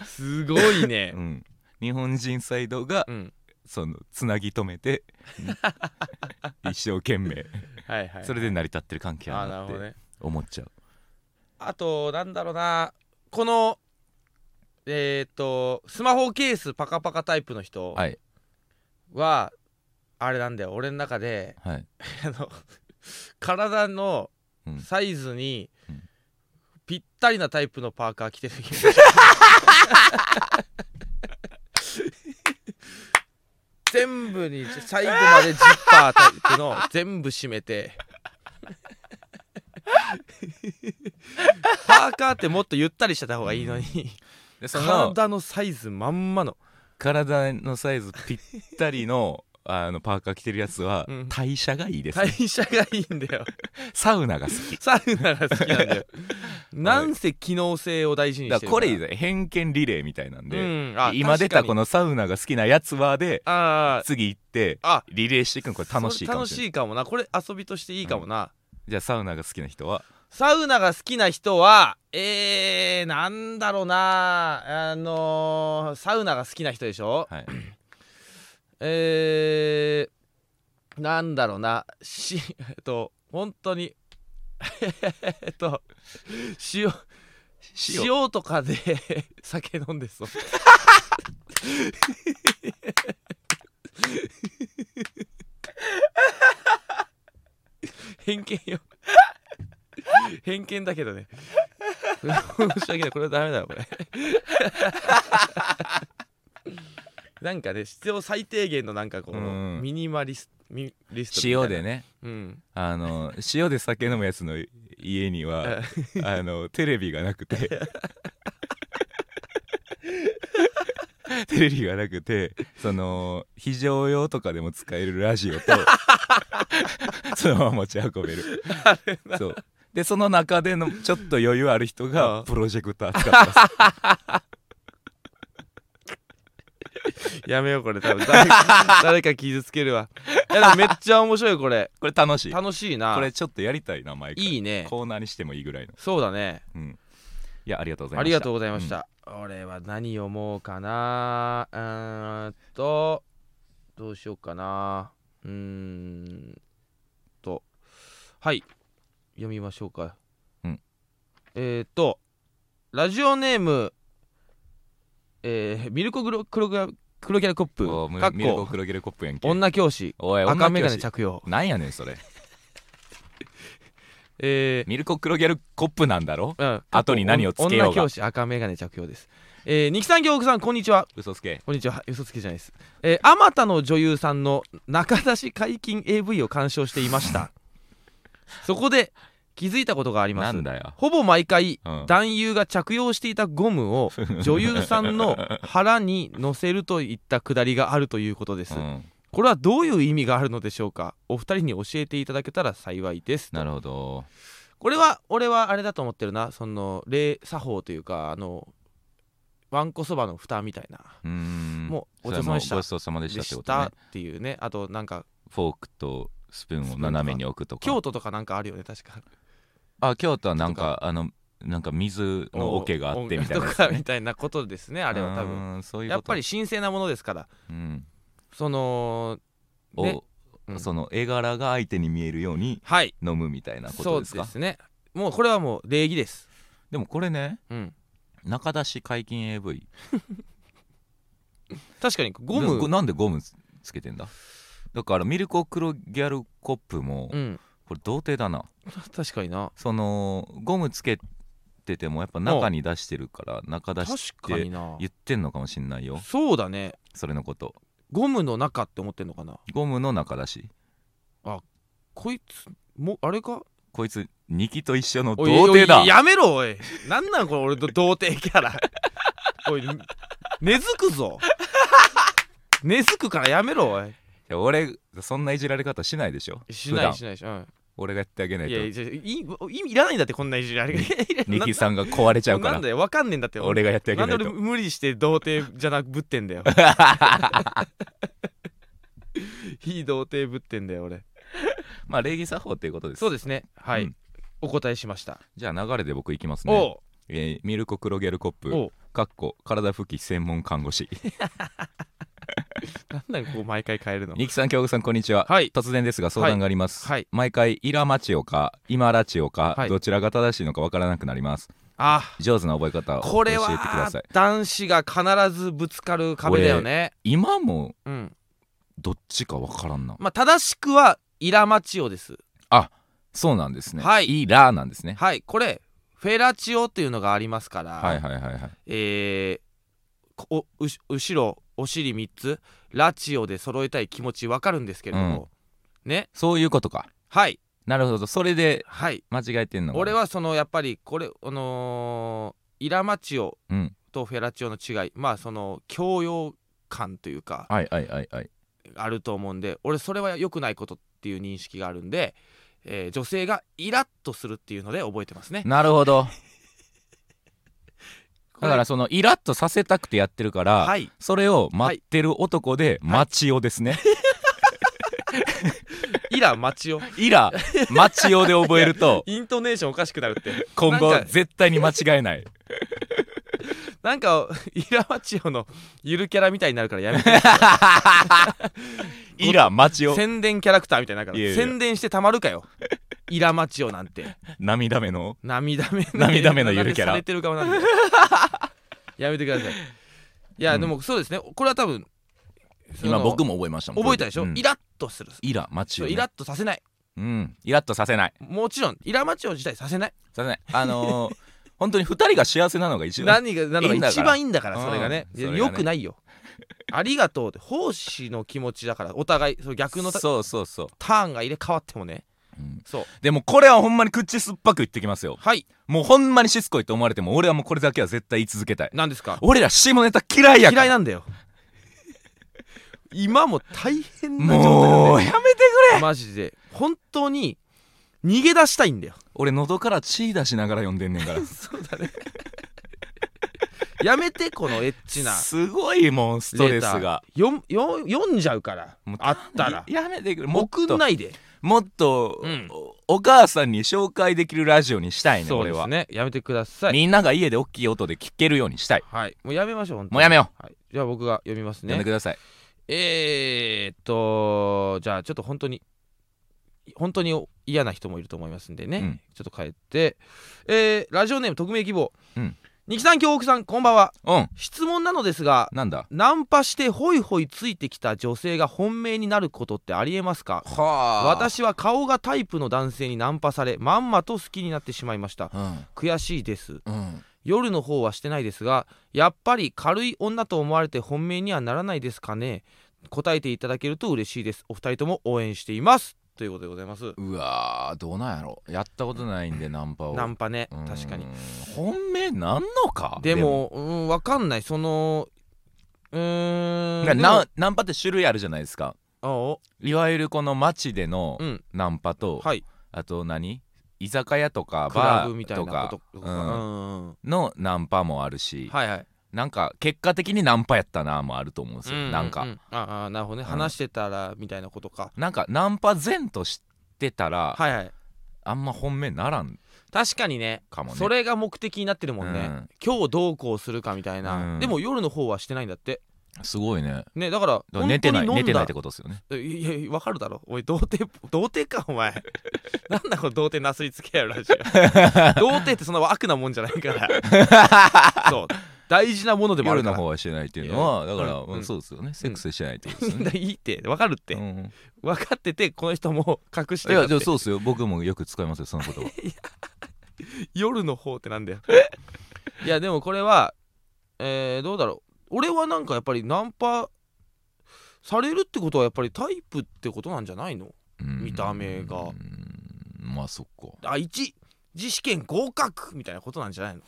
Speaker 2: すごいね
Speaker 1: うん、日本人サイドが
Speaker 2: うん
Speaker 1: そのつなぎ止め て一生懸命
Speaker 2: はいはい
Speaker 1: それで成り立ってる関係
Speaker 2: あ
Speaker 1: や
Speaker 2: ーな
Speaker 1: な
Speaker 2: る
Speaker 1: っ
Speaker 2: ほど
Speaker 1: て
Speaker 2: ね
Speaker 1: 思っちゃう
Speaker 2: あとなんだろうなこのえっ、とスマホケースパカパカタイプの人
Speaker 1: はい
Speaker 2: はあれなんだよ俺の中で
Speaker 1: はい
Speaker 2: あの体の
Speaker 1: うん
Speaker 2: サイズに
Speaker 1: うん
Speaker 2: ぴったりなタイプのパーカー着てる 全部に最後までジッパータイプの全部閉めてパーカーってもっとゆったりしてた方がいいのに
Speaker 1: でその
Speaker 2: 体のサイズまんまの
Speaker 1: 体のサイズぴったりのあのパーカー着てるやつは
Speaker 2: うん
Speaker 1: 代謝がいいです、
Speaker 2: 代謝がいいんだよ
Speaker 1: サウナが好き
Speaker 2: サウナが好きなん だよなんせ機能性を大事にし
Speaker 1: だ
Speaker 2: て
Speaker 1: から
Speaker 2: るか
Speaker 1: こ
Speaker 2: ら
Speaker 1: れ偏見リレーみたいなんで、
Speaker 2: うんあ
Speaker 1: 今出たこ
Speaker 2: 確かに
Speaker 1: のサウナが好きなやつはで
Speaker 2: あー
Speaker 1: 次行って
Speaker 2: あ
Speaker 1: リレーしていくのこれ楽しいかもし
Speaker 2: そ
Speaker 1: れない
Speaker 2: れ楽しいかもなこれ遊びとしていいかもな、
Speaker 1: じゃあサウナが好きな人は
Speaker 2: サウナが好きな人はえー、なんだろうなあのー、サウナが好きな人でしょ
Speaker 1: はい
Speaker 2: えー、なんだろうなしえっと本当に えっと塩 塩とかで 酒飲んでそう偏見よ偏見だけどね申し訳ないこれはダメだよこれなんかね必要最低限のなんかこ
Speaker 1: う
Speaker 2: の
Speaker 1: ん
Speaker 2: ミニマリスミリストみたいな
Speaker 1: 塩でね
Speaker 2: うん
Speaker 1: あの塩で酒飲むやつの家にはあのテレビがなく てテレビがなくてその非常用とかでも使えるラジオと そのまま持ち運べるそうでその中でのちょっと余裕ある人
Speaker 2: う
Speaker 1: が
Speaker 2: ん
Speaker 1: プロジェクター使 ってます
Speaker 2: やめようこれ多分 誰か誰か傷つけるわいやでもめっちゃ面白いこれ
Speaker 1: これ楽しいこ
Speaker 2: 楽しいな
Speaker 1: れちょっとやりたいな毎回
Speaker 2: いいね
Speaker 1: コーナーにしてもいいぐらいの
Speaker 2: そうだね
Speaker 1: うんいやありがとうございました
Speaker 2: ありがとうございまし
Speaker 1: うん
Speaker 2: た、俺は何を思うかなうーんとどうしようかなうーんとはい読みましょうか、
Speaker 1: うん
Speaker 2: えー、っとラジオネームえーミルコグロ黒ギャ黒ギャルコップ
Speaker 1: おー
Speaker 2: かっ
Speaker 1: ミルコ
Speaker 2: こ
Speaker 1: 黒ゲルコップやんけ
Speaker 2: 女教師
Speaker 1: おい
Speaker 2: 赤
Speaker 1: 女
Speaker 2: 眼
Speaker 1: 教師
Speaker 2: 鏡着用
Speaker 1: なんやねんそれ
Speaker 2: えー、
Speaker 1: ミルコ黒ギャルコップなんだろ
Speaker 2: うん、
Speaker 1: 後に何をつけようが
Speaker 2: 女教師赤眼鏡着用です。えー、二木さん、行奥さん、こんにちは。
Speaker 1: 嘘つけ
Speaker 2: こんにちは。嘘つきじゃないです。えー、あまたの女優さんの中出し解禁 AV を鑑賞していました。 そこで気づいたことがありま
Speaker 1: な
Speaker 2: す
Speaker 1: ん。だよ、
Speaker 2: ほぼ毎回、
Speaker 1: うん、
Speaker 2: 男優が着用していたゴムを女優さ んの腹に乗せるといったくだりがあるということです。
Speaker 1: うん
Speaker 2: これはどういう意味があるのでしょうかお二人に教えていただけたら幸いです。
Speaker 1: なるほど
Speaker 2: これは俺はあれだと思ってるなその霊作法というかあのわんこそばの蓋みたいな、
Speaker 1: うーん
Speaker 2: もうお
Speaker 1: そ
Speaker 2: 嬢
Speaker 1: れ
Speaker 2: 様
Speaker 1: もご
Speaker 2: でした
Speaker 1: ちそうさまで
Speaker 2: で
Speaker 1: したってこ
Speaker 2: し
Speaker 1: とね
Speaker 2: たっていうねあとなんか
Speaker 1: フォークとスプーンを斜めに置くとか
Speaker 2: 京都とかなんかあるよね 確か
Speaker 1: あ京都はなんかあのなんか水の桶があってみたいな
Speaker 2: と
Speaker 1: やつ
Speaker 2: か
Speaker 1: ね、
Speaker 2: みたいなことですねあれは多分
Speaker 1: 分 そういうこと
Speaker 2: やっぱり、神聖なものですから
Speaker 1: うん
Speaker 2: その
Speaker 1: を
Speaker 2: ねうん
Speaker 1: その絵柄が相手に見えるように
Speaker 2: はい
Speaker 1: 飲むみたいなこ
Speaker 2: そ
Speaker 1: と
Speaker 2: う
Speaker 1: ですか
Speaker 2: ですねもうこれはもう礼儀です
Speaker 1: でもこれね
Speaker 2: うん
Speaker 1: 中出し解禁 AV
Speaker 2: 確かにゴ
Speaker 1: でもこ
Speaker 2: ム
Speaker 1: なんでゴムつつけてんだだからミルコクロギャルコップも、
Speaker 2: うん
Speaker 1: これ童貞だな
Speaker 2: 確かにな
Speaker 1: そのゴムつけててもやっぱ中に出してるから中出
Speaker 2: 確
Speaker 1: しっ
Speaker 2: か
Speaker 1: て
Speaker 2: にな
Speaker 1: 言ってんのかもしんないよ
Speaker 2: そうだね
Speaker 1: それのこと
Speaker 2: ゴムの中って思ってんのかな
Speaker 1: ゴムの中出し
Speaker 2: こいつもあれか
Speaker 1: こいつニキと一緒の
Speaker 2: お
Speaker 1: 童
Speaker 2: い
Speaker 1: 貞だ
Speaker 2: おいやめろおいなんなんこれ俺の童貞キャラ おい根付くぞ根付くからやめろおい
Speaker 1: いや俺そんないじられ方しないでしょ
Speaker 2: し
Speaker 1: 普
Speaker 2: な
Speaker 1: 段
Speaker 2: いしないし、うん、
Speaker 1: 俺がやってあげない
Speaker 2: い
Speaker 1: と
Speaker 2: やいやいいいいらないんだってこんないじり あれ
Speaker 1: ニキさんが壊れちゃうか
Speaker 2: なん
Speaker 1: ら
Speaker 2: だよわかんねえんだって
Speaker 1: 俺がやってあげ
Speaker 2: なん
Speaker 1: な
Speaker 2: で
Speaker 1: い
Speaker 2: 俺
Speaker 1: と
Speaker 2: 無理して童貞じゃなくぶってんだよ 非童貞ぶってんだよ俺
Speaker 1: まあ礼儀作法っていうことです
Speaker 2: そうですねはい、
Speaker 1: うん
Speaker 2: お答えしました、
Speaker 1: じゃあ流れで僕いきますね、
Speaker 2: お
Speaker 1: えーミルコクロゲルコッ
Speaker 2: う
Speaker 1: プ
Speaker 2: おう
Speaker 1: かっこ体拭き専門看護師
Speaker 2: なんなんこう毎回変えるの
Speaker 1: ニキさん京子さんこんにちは、
Speaker 2: はい
Speaker 1: 突然ですが相談があります、
Speaker 2: はい
Speaker 1: 毎回イラマチオかイマラチオか、
Speaker 2: はい
Speaker 1: どちらが正しいのかわからなくなります
Speaker 2: あ
Speaker 1: 上手な覚え方を教
Speaker 2: こ
Speaker 1: えて
Speaker 2: れ
Speaker 1: く
Speaker 2: は
Speaker 1: ださい
Speaker 2: 男子が必ずぶつかる壁だよね、
Speaker 1: 今も
Speaker 2: うん
Speaker 1: どっちかわからんな
Speaker 2: まあ、正しくはイラマチオです
Speaker 1: そうなんですね
Speaker 2: はい
Speaker 1: イラーなんですね
Speaker 2: はいこれフェラチオっていうのがありますから、
Speaker 1: はいはいはいはい
Speaker 2: えーこおうし後ろお尻3つラチオで揃えたい気持ちわかるんですけれども、ね
Speaker 1: そういうことか
Speaker 2: はい
Speaker 1: なるほどそれで
Speaker 2: はい
Speaker 1: 間違えてんのかな
Speaker 2: 俺はそのやっぱりこれあのーイラマチオ
Speaker 1: うん
Speaker 2: とフェラチオの違いまあその教養感というか
Speaker 1: はいはいはいはい
Speaker 2: あると思うんで俺それは良くないことっていう認識があるんで、えー女性がイラッとするっていうので覚えてますね
Speaker 1: なるほどだか
Speaker 2: こ
Speaker 1: らそのイラッとさせたくてやってるから、
Speaker 2: れはい
Speaker 1: それを待ってる男で
Speaker 2: はい
Speaker 1: マチオですね、
Speaker 2: イラ待ちを
Speaker 1: イラマチオで覚える と
Speaker 2: イントネーションおかしくなるって
Speaker 1: 今後
Speaker 2: なんか
Speaker 1: 絶対に間違えない
Speaker 2: なんかイラマチオのゆるキャラみたいになるからやめて
Speaker 1: イラマチオ
Speaker 2: 宣伝キャラクターみたいになるから
Speaker 1: いやいや
Speaker 2: 宣伝してたまるかよイラマチオなんて
Speaker 1: 涙目の
Speaker 2: 涙目の
Speaker 1: 涙目のゆるキャラ
Speaker 2: されてる側なんでやめてくださいいや、
Speaker 1: うん
Speaker 2: でもそうですねこれは多分
Speaker 1: 今僕
Speaker 2: も
Speaker 1: も覚えましたもん
Speaker 2: 覚えたでしょ、
Speaker 1: うん
Speaker 2: イラッとする
Speaker 1: イラマチ
Speaker 2: そ
Speaker 1: オ
Speaker 2: う
Speaker 1: ね、
Speaker 2: イラッとさせない
Speaker 1: うんイラッとさせない
Speaker 2: もちろんイラマチオ自体させない
Speaker 1: させないあのー 本当に二人が幸せなのが一番
Speaker 2: 何がなの
Speaker 1: いいん
Speaker 2: が
Speaker 1: だから
Speaker 2: 一番いいんだから
Speaker 1: うん
Speaker 2: それがねいや
Speaker 1: それがね
Speaker 2: よくないよありがとうって奉仕の気持ちだからお互いその逆のタ
Speaker 1: そうそうそう、
Speaker 2: ターンが入れ替わってもね
Speaker 1: うん
Speaker 2: そう
Speaker 1: でもこれはほんまに口酸っぱく言ってきますよ
Speaker 2: はい
Speaker 1: もうほんまにしつこいと思われても俺はもうこれだけは絶対言い続けたい
Speaker 2: 何ですか
Speaker 1: 俺ら下ネタ嫌いやから
Speaker 2: 嫌いなんだよ今も大変な状態なん
Speaker 1: も
Speaker 2: だ
Speaker 1: う
Speaker 2: よ
Speaker 1: やめてくれ
Speaker 2: マジで本当に逃げ出したいんだよ
Speaker 1: 俺喉から血出しながら読んでんねんから
Speaker 2: そうだねやめてこのエッ チな
Speaker 1: すごいもうストレスが
Speaker 2: よんよん読んじゃうから
Speaker 1: もう
Speaker 2: あったら
Speaker 1: やめてくれもっ
Speaker 2: 送
Speaker 1: と
Speaker 2: んないで
Speaker 1: もっと、
Speaker 2: うん
Speaker 1: おお母さんに紹介できるラジオにしたいね
Speaker 2: そう
Speaker 1: 俺
Speaker 2: です
Speaker 1: は、
Speaker 2: ねやめてください
Speaker 1: みんなが家で大きい音で聞けるようにしたい、
Speaker 2: はいもうやめましょう本当に
Speaker 1: もうやめよ
Speaker 2: はい、じゃあ僕が読みま
Speaker 1: う、
Speaker 2: す
Speaker 1: やめ
Speaker 2: ね
Speaker 1: てください
Speaker 2: えー、っとじゃあちょっと本当に本当に嫌な人もいると思いますんでね、
Speaker 1: うん
Speaker 2: ちょっと変えて、えーラジオネーム匿名希望
Speaker 1: うん
Speaker 2: 二木、さん京極さんこんばんは
Speaker 1: うん
Speaker 2: 質問なのですが
Speaker 1: なんだ
Speaker 2: ナンパしてホイホイついてきた女性が本命になることってありえますか
Speaker 1: は
Speaker 2: 私は顔がタイプの男性にナンパされまんまと好きになってしまいました
Speaker 1: うん
Speaker 2: 悔しいです
Speaker 1: うん
Speaker 2: 夜の方はしてないですがやっぱり軽い女と思われて本命にはならないですかね答えていただけると嬉しいですお二人とも応援していますということでございます
Speaker 1: うわーどうなんやろやったことないんでナンパを
Speaker 2: ナンパね
Speaker 1: うん
Speaker 2: 確かに
Speaker 1: 本命なんのか
Speaker 2: でもうん分かんないそのうーん
Speaker 1: でもな
Speaker 2: で
Speaker 1: ナンパって種類あるじゃないですか
Speaker 2: も
Speaker 1: いわゆるこの街での
Speaker 2: うん
Speaker 1: ナンパと、
Speaker 2: あはい
Speaker 1: あと何居酒屋とか
Speaker 2: クラ
Speaker 1: バ
Speaker 2: ブみ
Speaker 1: ー
Speaker 2: たい
Speaker 1: と
Speaker 2: な
Speaker 1: か
Speaker 2: こととか、うんうんうん
Speaker 1: のナンパもあるし、
Speaker 2: はいはい
Speaker 1: なんか結果的にナンパやったなもあると思うんですよ、
Speaker 2: う
Speaker 1: なんか、
Speaker 2: うああなるほどね、
Speaker 1: うん
Speaker 2: 話してたらみたいなことか
Speaker 1: なんかナンパ前としてたら、
Speaker 2: はいはい
Speaker 1: あんま本命ならん
Speaker 2: 確かにね
Speaker 1: かもね
Speaker 2: それが目的になってるもんね、
Speaker 1: うん
Speaker 2: 今日どうこうするかみたいな、
Speaker 1: うん
Speaker 2: でも夜の方はしてないんだって
Speaker 1: すごいね
Speaker 2: ねだから
Speaker 1: だから寝てない
Speaker 2: 本当に
Speaker 1: 寝て
Speaker 2: 飲んだ
Speaker 1: ないってことですよね
Speaker 2: えいやいやわかるだろおい童貞童貞かお前 なんだこの童貞なすりつけやろラジ オ童貞ってそんな悪なもんじゃないか らそう大事なものでもある
Speaker 1: 夜
Speaker 2: か
Speaker 1: の
Speaker 2: ら
Speaker 1: 方はしてないっていうのはだから、
Speaker 2: うん
Speaker 1: うんそうですよねセックスしてないってことですよ
Speaker 2: みん
Speaker 1: ね
Speaker 2: な、いいってわかるって、
Speaker 1: うん
Speaker 2: 分かっててこの人も隠して
Speaker 1: い
Speaker 2: る
Speaker 1: やじゃあそうですよ僕もよく使いますよその 言葉
Speaker 2: 夜の方ってなんだよいやでもこれはえー、どうだろう俺はなんかやっぱりナンパされるってことはやっぱりタイプってことなんじゃないの
Speaker 1: うん
Speaker 2: 見た目が
Speaker 1: うんまあそっか
Speaker 2: あ1自試験合格みたいなことなんじゃないの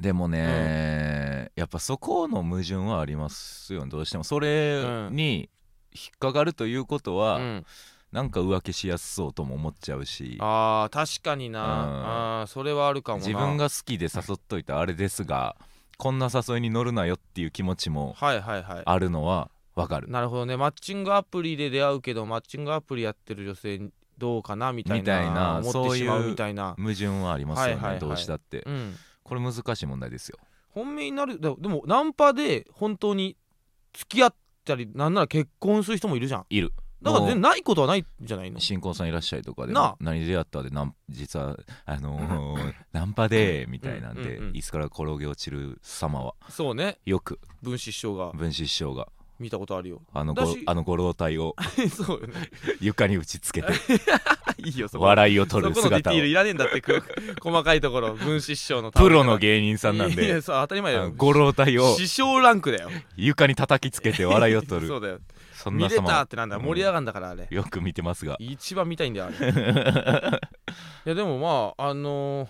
Speaker 1: でもね、やっぱそこの矛盾はありますよねどうしてもそれに引っかかるということは、
Speaker 2: うん、
Speaker 1: なんか浮気しやすそうとも思っちゃうし
Speaker 2: あー確かにな、
Speaker 1: うん
Speaker 2: あーそれはあるかもな
Speaker 1: 自分が好きで誘っといたあれですがこんな誘いに乗るなよっていう気持ちも
Speaker 2: はいはいはい
Speaker 1: あるのはわかる
Speaker 2: なるほどねマッチングアプリで出会うけどマッチングアプリやってる女性どうかなみたい
Speaker 1: みたいな
Speaker 2: な思ってしま
Speaker 1: そう
Speaker 2: う
Speaker 1: いう
Speaker 2: みたいな
Speaker 1: 矛盾はありますよね、
Speaker 2: はいはいはい
Speaker 1: どうしたって
Speaker 2: うん
Speaker 1: これ難しい問題ですよ
Speaker 2: 本命になるでもでもナンパで本当に付き合ったりなんなら結婚する人もいるじゃん
Speaker 1: いる
Speaker 2: だから
Speaker 1: もう
Speaker 2: 全然ないことはないんじゃないの
Speaker 1: 新婚さんいらっしゃいとかで
Speaker 2: なあ
Speaker 1: も何出会ったでなん実はあのーナンパでみたいなんで
Speaker 2: うんうんうん
Speaker 1: 椅子から転げ落ちる様は
Speaker 2: そうね
Speaker 1: よく
Speaker 2: 分子師匠が
Speaker 1: 分子師匠が
Speaker 2: 見たことあ るよ
Speaker 1: あのご
Speaker 2: だし
Speaker 1: あのご老体 を
Speaker 2: そうよね
Speaker 1: 床に打ちつけて
Speaker 2: いいよそこ
Speaker 1: 笑 いを取
Speaker 2: そ
Speaker 1: る
Speaker 2: このディテ
Speaker 1: 姿を
Speaker 2: ィールいらねえんだってく 細かいところ分子師匠の
Speaker 1: プロの芸人さんなん
Speaker 2: いやい
Speaker 1: で
Speaker 2: やそう当たり
Speaker 1: あ
Speaker 2: 前だ
Speaker 1: の
Speaker 2: よ
Speaker 1: ご老体を
Speaker 2: 師匠ランクだよ
Speaker 1: 床に叩きつけて笑いを取る
Speaker 2: そうだよ
Speaker 1: そん
Speaker 2: 見
Speaker 1: な
Speaker 2: れた
Speaker 1: 様
Speaker 2: ってなんだ
Speaker 1: うん
Speaker 2: 盛り上がんだからあれ
Speaker 1: よく見てますが
Speaker 2: 一番見たいんだよあれい やでもまああの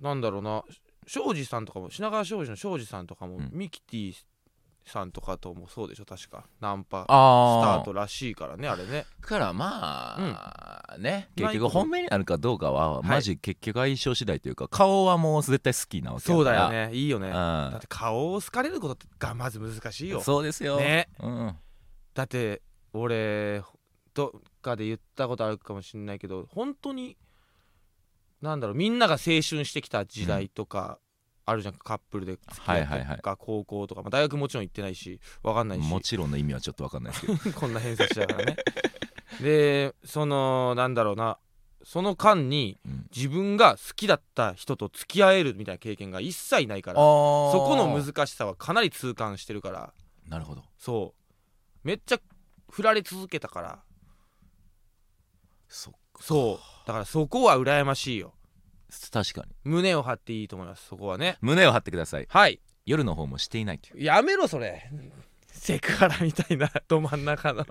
Speaker 2: ーなんだろうな庄司さんとかも品川庄司の庄司さんとかも、
Speaker 1: うん
Speaker 2: ミキティさんとかともそうでしょ確かナンパスタ
Speaker 1: あ
Speaker 2: ートらしいからねあれね
Speaker 1: からまあ、ね結局本命になるかどうかは、
Speaker 2: い
Speaker 1: マジ結局相性次第というか顔はもう絶対好きなわけ
Speaker 2: そうだよ
Speaker 1: ね、
Speaker 2: ねいいよね
Speaker 1: う
Speaker 2: だ
Speaker 1: ん
Speaker 2: って顔を好かれることってがまず難しいよ
Speaker 1: そうですよ、
Speaker 2: ね
Speaker 1: うん、
Speaker 2: だって俺どっかで言ったことあるかもしれないけど本当になんだろうみんなが青春してきた時代とかあるじゃん、カップルで付き合ってとか、
Speaker 1: はいはいはい
Speaker 2: 高校とか、まあ、大学もちろん行ってないしわかんないし
Speaker 1: もちろんの意味はちょっと分かんないですけど
Speaker 2: こんな偏差値だからねでそのなんだろうなその間に
Speaker 1: うん
Speaker 2: 自分が好きだった人と付き合えるみたいな経験が一切ないから
Speaker 1: そ
Speaker 2: そこの難しさはかなり痛感してるから
Speaker 1: なるほど
Speaker 2: そうめっちゃ振られ続けたから
Speaker 1: そ
Speaker 2: そうだからそこは羨ましいよ
Speaker 1: 確かに
Speaker 2: 胸を張っていいと思いますそこはね
Speaker 1: 胸を張ってください
Speaker 2: はい
Speaker 1: 夜の方もしていないという
Speaker 2: やめろそれセクハラみたいなど真ん中の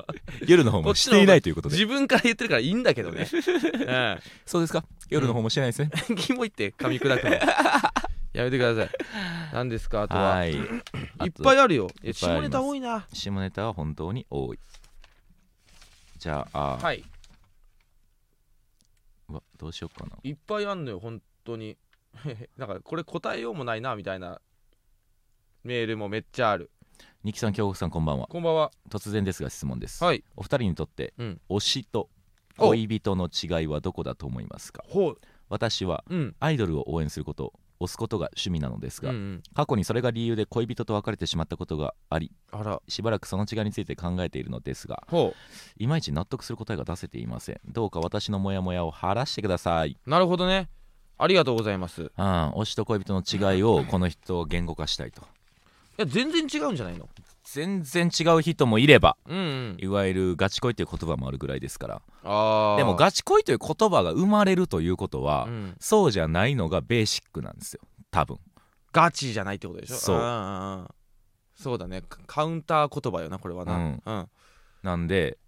Speaker 1: 夜の方もしていないということで
Speaker 2: 自分から言ってるからいいんだけどね、う
Speaker 1: そうですか夜の方もしてないですね、
Speaker 2: ん、キモいって噛み砕くのやめてください何ですかあとは
Speaker 1: はい
Speaker 2: いっぱい
Speaker 1: い
Speaker 2: あるよいや
Speaker 1: いっぱいあり
Speaker 2: 下
Speaker 1: ます
Speaker 2: ネタ多いな
Speaker 1: 下ネタは本当に多いじゃああー、
Speaker 2: はい
Speaker 1: いうわどうしようかない
Speaker 2: っぱいあんのよ本当に なんかこれ答えようもないなみたいなメールもめっちゃある
Speaker 1: 二木さん京子さんこんばんは
Speaker 2: こんばんは
Speaker 1: 突然ですが質問です、
Speaker 2: はい
Speaker 1: お二人にとって、
Speaker 2: うん
Speaker 1: 推しと
Speaker 2: お
Speaker 1: 恋人の違いはどこだと思いますか
Speaker 2: ほう
Speaker 1: 私は
Speaker 2: うん
Speaker 1: アイドルを応援すること推すことが趣味なのです
Speaker 2: うん
Speaker 1: が、
Speaker 2: うん
Speaker 1: 過去にそれが理由で恋人と別れてしまったことがあり
Speaker 2: あら
Speaker 1: しばらくその違いについて考えているのですが
Speaker 2: ほ
Speaker 1: いまいち納得する答えが出せていませんどうか私のモヤモヤを晴らしてください、
Speaker 2: うなるほどねありがとうございますい
Speaker 1: うん、推しと恋人の違いをこの人を言語化したいと
Speaker 2: や全然違うんじゃないの
Speaker 1: 全然違う人もいれば
Speaker 2: うん、うん、
Speaker 1: いわゆるガチ恋という言葉もあるぐらいですから
Speaker 2: あー
Speaker 1: でもガチ恋という言葉が生まれるということは、
Speaker 2: うん
Speaker 1: そうじゃないのがベーシックなんですよ多分
Speaker 2: ガチじゃないってことでしょ
Speaker 1: そうん
Speaker 2: んうんそうだねカカウンター言葉よなこれはな
Speaker 1: う
Speaker 2: うん
Speaker 1: ん
Speaker 2: うん、
Speaker 1: なんで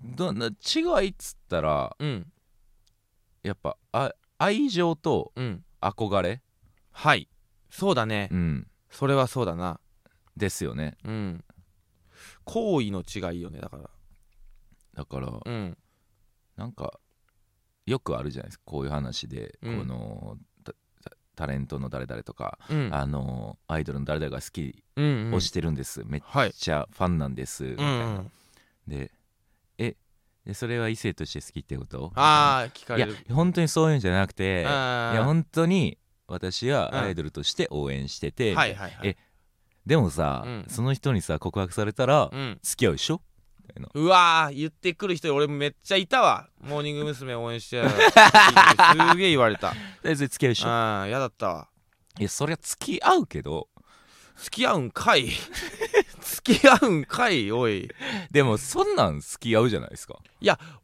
Speaker 1: どな違いっつったら
Speaker 2: うん
Speaker 1: やっぱあ愛情と憧れ、
Speaker 2: はいそうだね、
Speaker 1: うん、
Speaker 2: それはそうだな
Speaker 1: ですよね
Speaker 2: うん行為の違いよねだから
Speaker 1: だから
Speaker 2: うん
Speaker 1: なんかよくあるじゃないですかこういう話で、
Speaker 2: うん
Speaker 1: このたたタレントの誰々とか、
Speaker 2: うん
Speaker 1: あのアイドルの誰々が好き
Speaker 2: うんうん
Speaker 1: をしてるんです、めっ
Speaker 2: はい
Speaker 1: ちゃファンなんです、みた
Speaker 2: う
Speaker 1: い
Speaker 2: んう
Speaker 1: なんでえでそれは異性として好きってこと
Speaker 2: ああ聞か
Speaker 1: い
Speaker 2: れ
Speaker 1: や
Speaker 2: る
Speaker 1: 本当にそういうんじゃなくてい
Speaker 2: あー
Speaker 1: や本当に私
Speaker 2: うん
Speaker 1: はアイドルとして応援してて、
Speaker 2: はいはいはい
Speaker 1: えでもさ、
Speaker 2: うん
Speaker 1: その人にさ告白されたら
Speaker 2: うん
Speaker 1: 付き合うでしょ
Speaker 2: うわー言ってくる人俺めっちゃいたわモーニング娘。応援してやがるすげえ言われた
Speaker 1: でそれ付き合うでしょ
Speaker 2: ああやだったわ
Speaker 1: いやそりゃ付き合うけど
Speaker 2: 付き合うんかい付き合うんかいおい
Speaker 1: でもそんなん付き合うじゃないですか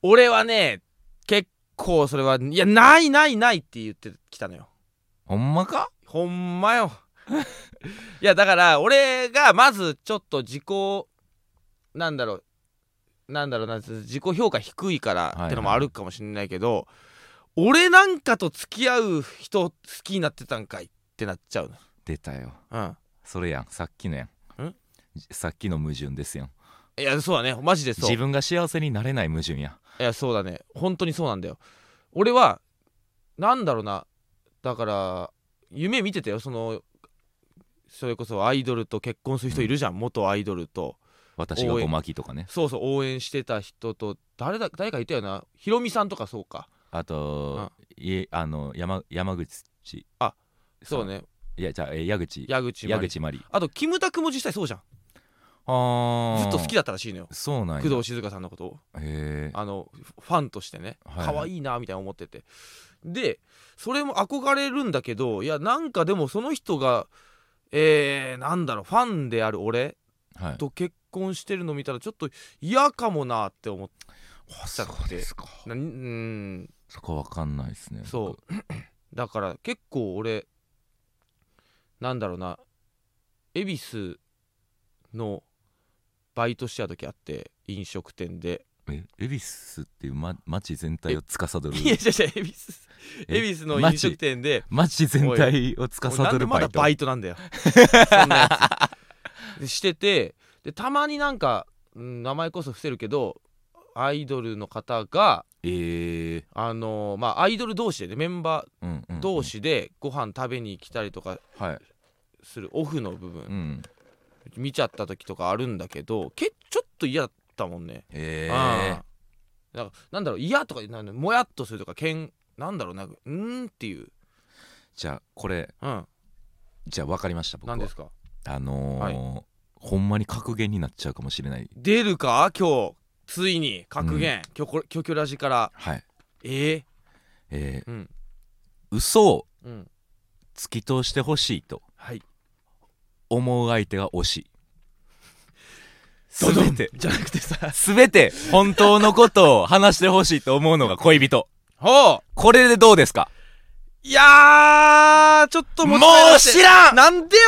Speaker 2: 俺はね結構それはいやないないないって言ってきたのよ
Speaker 1: ほんまか
Speaker 2: ほんまよ いやだから俺がまずちょっと自己なんだろうなんだろうな自己評価低いからってのもあるかもしれないけど、俺なんかと付き合う人好きになってたんかいってなっちゃうの
Speaker 1: 出たよ
Speaker 2: うん
Speaker 1: それやんさっきのやん
Speaker 2: ん
Speaker 1: じさっきの矛盾ですよ
Speaker 2: いやそうだねマジでそう
Speaker 1: 自分が幸せになれない矛盾や
Speaker 2: いやそうだね本当にそうなんだよ俺はなんだろうなだから夢見てたよそのそれこそアイドルと結婚する人いるじゃん、元アイドルと
Speaker 1: 私が
Speaker 2: おい
Speaker 1: ごまきとかね
Speaker 2: そうそう応援してた人と誰だ誰かいたよなヒロミさんとかそうか
Speaker 1: あといえあの山山口
Speaker 2: あそうね
Speaker 1: いやじゃあえ矢口
Speaker 2: 矢口
Speaker 1: 矢
Speaker 2: 真理
Speaker 1: 口まり
Speaker 2: あとキムタクも実際そうじゃん
Speaker 1: あ
Speaker 2: ずっと好き
Speaker 1: だ
Speaker 2: だったらしいのよ
Speaker 1: そうなんや
Speaker 2: 工藤静香さんのことを
Speaker 1: へえ
Speaker 2: あのフファンとしてね
Speaker 1: はい
Speaker 2: 可愛いなみたいな思っててでそれも憧れるんだけどいやなんかでもその人がえー、なんだろうファンである俺
Speaker 1: はい
Speaker 2: と結婚してるの見たらちょっと嫌かもなって思っ
Speaker 1: あ
Speaker 2: ちゃって
Speaker 1: そうですか
Speaker 2: なうん
Speaker 1: そこわかんないですね
Speaker 2: そうだから結構俺なんだろうな恵比寿のバイトしてた時あって飲食店で
Speaker 1: 僕え恵比寿っていう、ま、町全体を司る
Speaker 2: いや違う違う恵比寿
Speaker 1: え
Speaker 2: 恵比寿の
Speaker 1: マ
Speaker 2: 飲
Speaker 1: ジ
Speaker 2: 食店で
Speaker 1: 町全体を
Speaker 2: 俺な
Speaker 1: 司
Speaker 2: んで
Speaker 1: る
Speaker 2: ま
Speaker 1: バ
Speaker 2: だ
Speaker 1: イト
Speaker 2: バイトなん だよそんなやつでしててでたまになんか、うん名前こそ伏せるけどアイドルの方が
Speaker 1: えー
Speaker 2: あのーまあアイドル同士でねメンバ
Speaker 1: うんうんうん
Speaker 2: ー同士でご飯食べに来たりとか
Speaker 1: はい
Speaker 2: するオフの部分
Speaker 1: うん
Speaker 2: 見ちゃった時とかあるんだけどけちょっと嫌だったもんね、
Speaker 1: え
Speaker 2: ああなんかなんだろう嫌とかなんだもやっとするとかけんなんだろうなんかうーんっていう、
Speaker 1: じゃあこれ
Speaker 2: うん、
Speaker 1: じゃあ分かりました僕は
Speaker 2: なんですか
Speaker 1: あのーほんまに格言になっちゃうかもしれない
Speaker 2: 出るか今日ついに格言、きょこきょきょラジから
Speaker 1: はい
Speaker 2: え
Speaker 1: えー
Speaker 2: えうん
Speaker 1: 嘘を
Speaker 2: うん
Speaker 1: 突き通してほしいと
Speaker 2: はい
Speaker 1: 思う相手が推し
Speaker 2: ドドン
Speaker 1: 全て
Speaker 2: じゃなくてさ
Speaker 1: 全て本当のことを話してほしいと思うのが恋人
Speaker 2: ほう
Speaker 1: これでどうですか
Speaker 2: いやーちょっと
Speaker 1: も
Speaker 2: っと
Speaker 1: う知らん
Speaker 2: なんでよ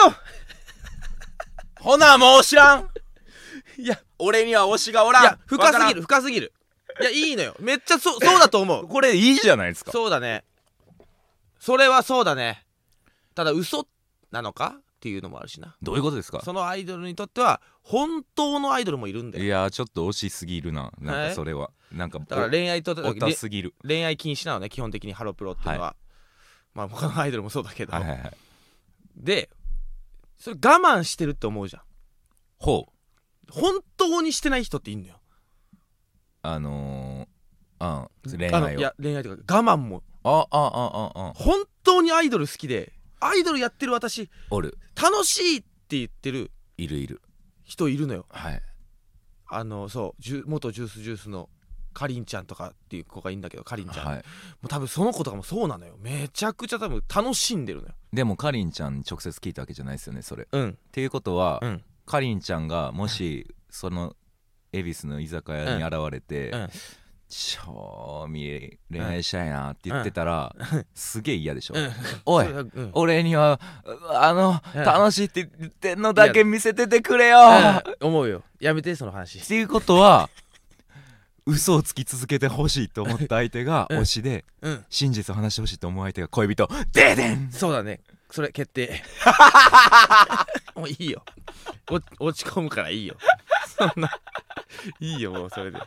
Speaker 1: ほなもう知らん
Speaker 2: いや
Speaker 1: 俺には推しがおらん
Speaker 2: いや深す
Speaker 1: わ
Speaker 2: ぎ
Speaker 1: か
Speaker 2: る深すぎるいやいいのよめっちゃそうそうだと思
Speaker 1: らん
Speaker 2: う
Speaker 1: これいいじゃないですか
Speaker 2: そうだねそれはそうだねただ嘘なのかっていうのもあるしな
Speaker 1: どういうことですか
Speaker 2: そのアイドルにとっては本当のアイドルもいるんだ
Speaker 1: い
Speaker 2: よ
Speaker 1: やーちょっと推しすぎるななん
Speaker 2: は
Speaker 1: か
Speaker 2: い
Speaker 1: それはなんか
Speaker 2: だから恋愛と
Speaker 1: おたすぎる
Speaker 2: 恋愛禁止なのね基本的にハロプロっていうのは、まあ他のアイドルもそうだけど、
Speaker 1: はいはいはい
Speaker 2: でそれ我慢してるって思うじゃん
Speaker 1: ほう
Speaker 2: 本当にしてない人っていんのよ
Speaker 1: あのー、うん恋
Speaker 2: あの
Speaker 1: 愛
Speaker 2: い
Speaker 1: を
Speaker 2: や恋愛というか我慢も
Speaker 1: ああああああ
Speaker 2: 本当にアイドル好きでアイドルやってる私
Speaker 1: おる
Speaker 2: 楽しいって言ってる
Speaker 1: いるいる
Speaker 2: 人いるのよ
Speaker 1: はい
Speaker 2: あのそうジュ元ジュースジュースのかりんちゃんとかっていう子がいいんだけどかりんちゃん、
Speaker 1: は
Speaker 2: も
Speaker 1: いう
Speaker 2: 多分その子とかもそうなのよめちゃくちゃ多分楽しんでるのよ
Speaker 1: でもかりんちゃんに直接聞いたわけじゃないですよねそれっ
Speaker 2: うん
Speaker 1: ていうことは、
Speaker 2: うん
Speaker 1: かりんちゃんがもしその恵比寿の居酒屋に現れて、
Speaker 2: うん
Speaker 1: 超み恋愛したいなって言ってたら、すげえ嫌でしょ、
Speaker 2: うん
Speaker 1: おい
Speaker 2: それはうん
Speaker 1: 俺にはあの、
Speaker 2: うん
Speaker 1: 楽しいって言ってんのだけ見せててくれよ、
Speaker 2: うん思うよやめてその話
Speaker 1: っていうことは嘘をつき続けてほしいと思った相手が
Speaker 2: うん
Speaker 1: 推しで、
Speaker 2: うん
Speaker 1: 真実を話してほしいと思う相手が恋人ででん
Speaker 2: そうだねそれ決定もういいよお落ち込むからいいよそんないいよもうそれで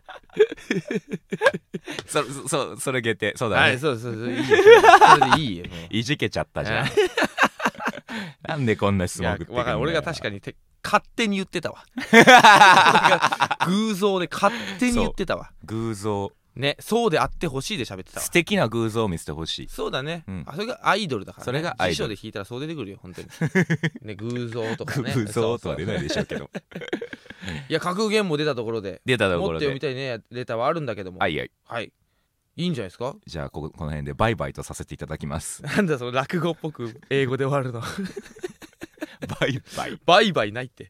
Speaker 1: そそそれ下手そうだね、
Speaker 2: はいそうそうそういいよそれでいいよもう
Speaker 1: いじけちゃったじゃんなんでこんな質
Speaker 2: い
Speaker 1: 問
Speaker 2: や
Speaker 1: 送ってくん
Speaker 2: わ
Speaker 1: だ
Speaker 2: かる
Speaker 1: よ
Speaker 2: 俺が確かにて勝手に言っ てたわ偶像で勝手に言ってたわ
Speaker 1: 偶像
Speaker 2: ねそうであってほしいで喋ってたわ
Speaker 1: 素敵な偶像を見せてほしい
Speaker 2: そうだね、
Speaker 1: うん
Speaker 2: あそれがアイドルだから、ね、
Speaker 1: それがアイドル
Speaker 2: 辞書で弾いたらそう出てくるよ本当に ね偶像とかね
Speaker 1: 偶像とは出ない
Speaker 2: そう
Speaker 1: でしょうけど
Speaker 2: そういや格言も出たところで
Speaker 1: 出たと
Speaker 2: も
Speaker 1: こ
Speaker 2: っ
Speaker 1: とろ
Speaker 2: 読
Speaker 1: で
Speaker 2: みたいねレターはあるんだけども
Speaker 1: はいはい
Speaker 2: はいいいんじゃないですか
Speaker 1: じゃあこここの辺でバイバイとさせていただきます
Speaker 2: なんだその落語っぽく英語で終わるの
Speaker 1: バイバイ
Speaker 2: バイバイないって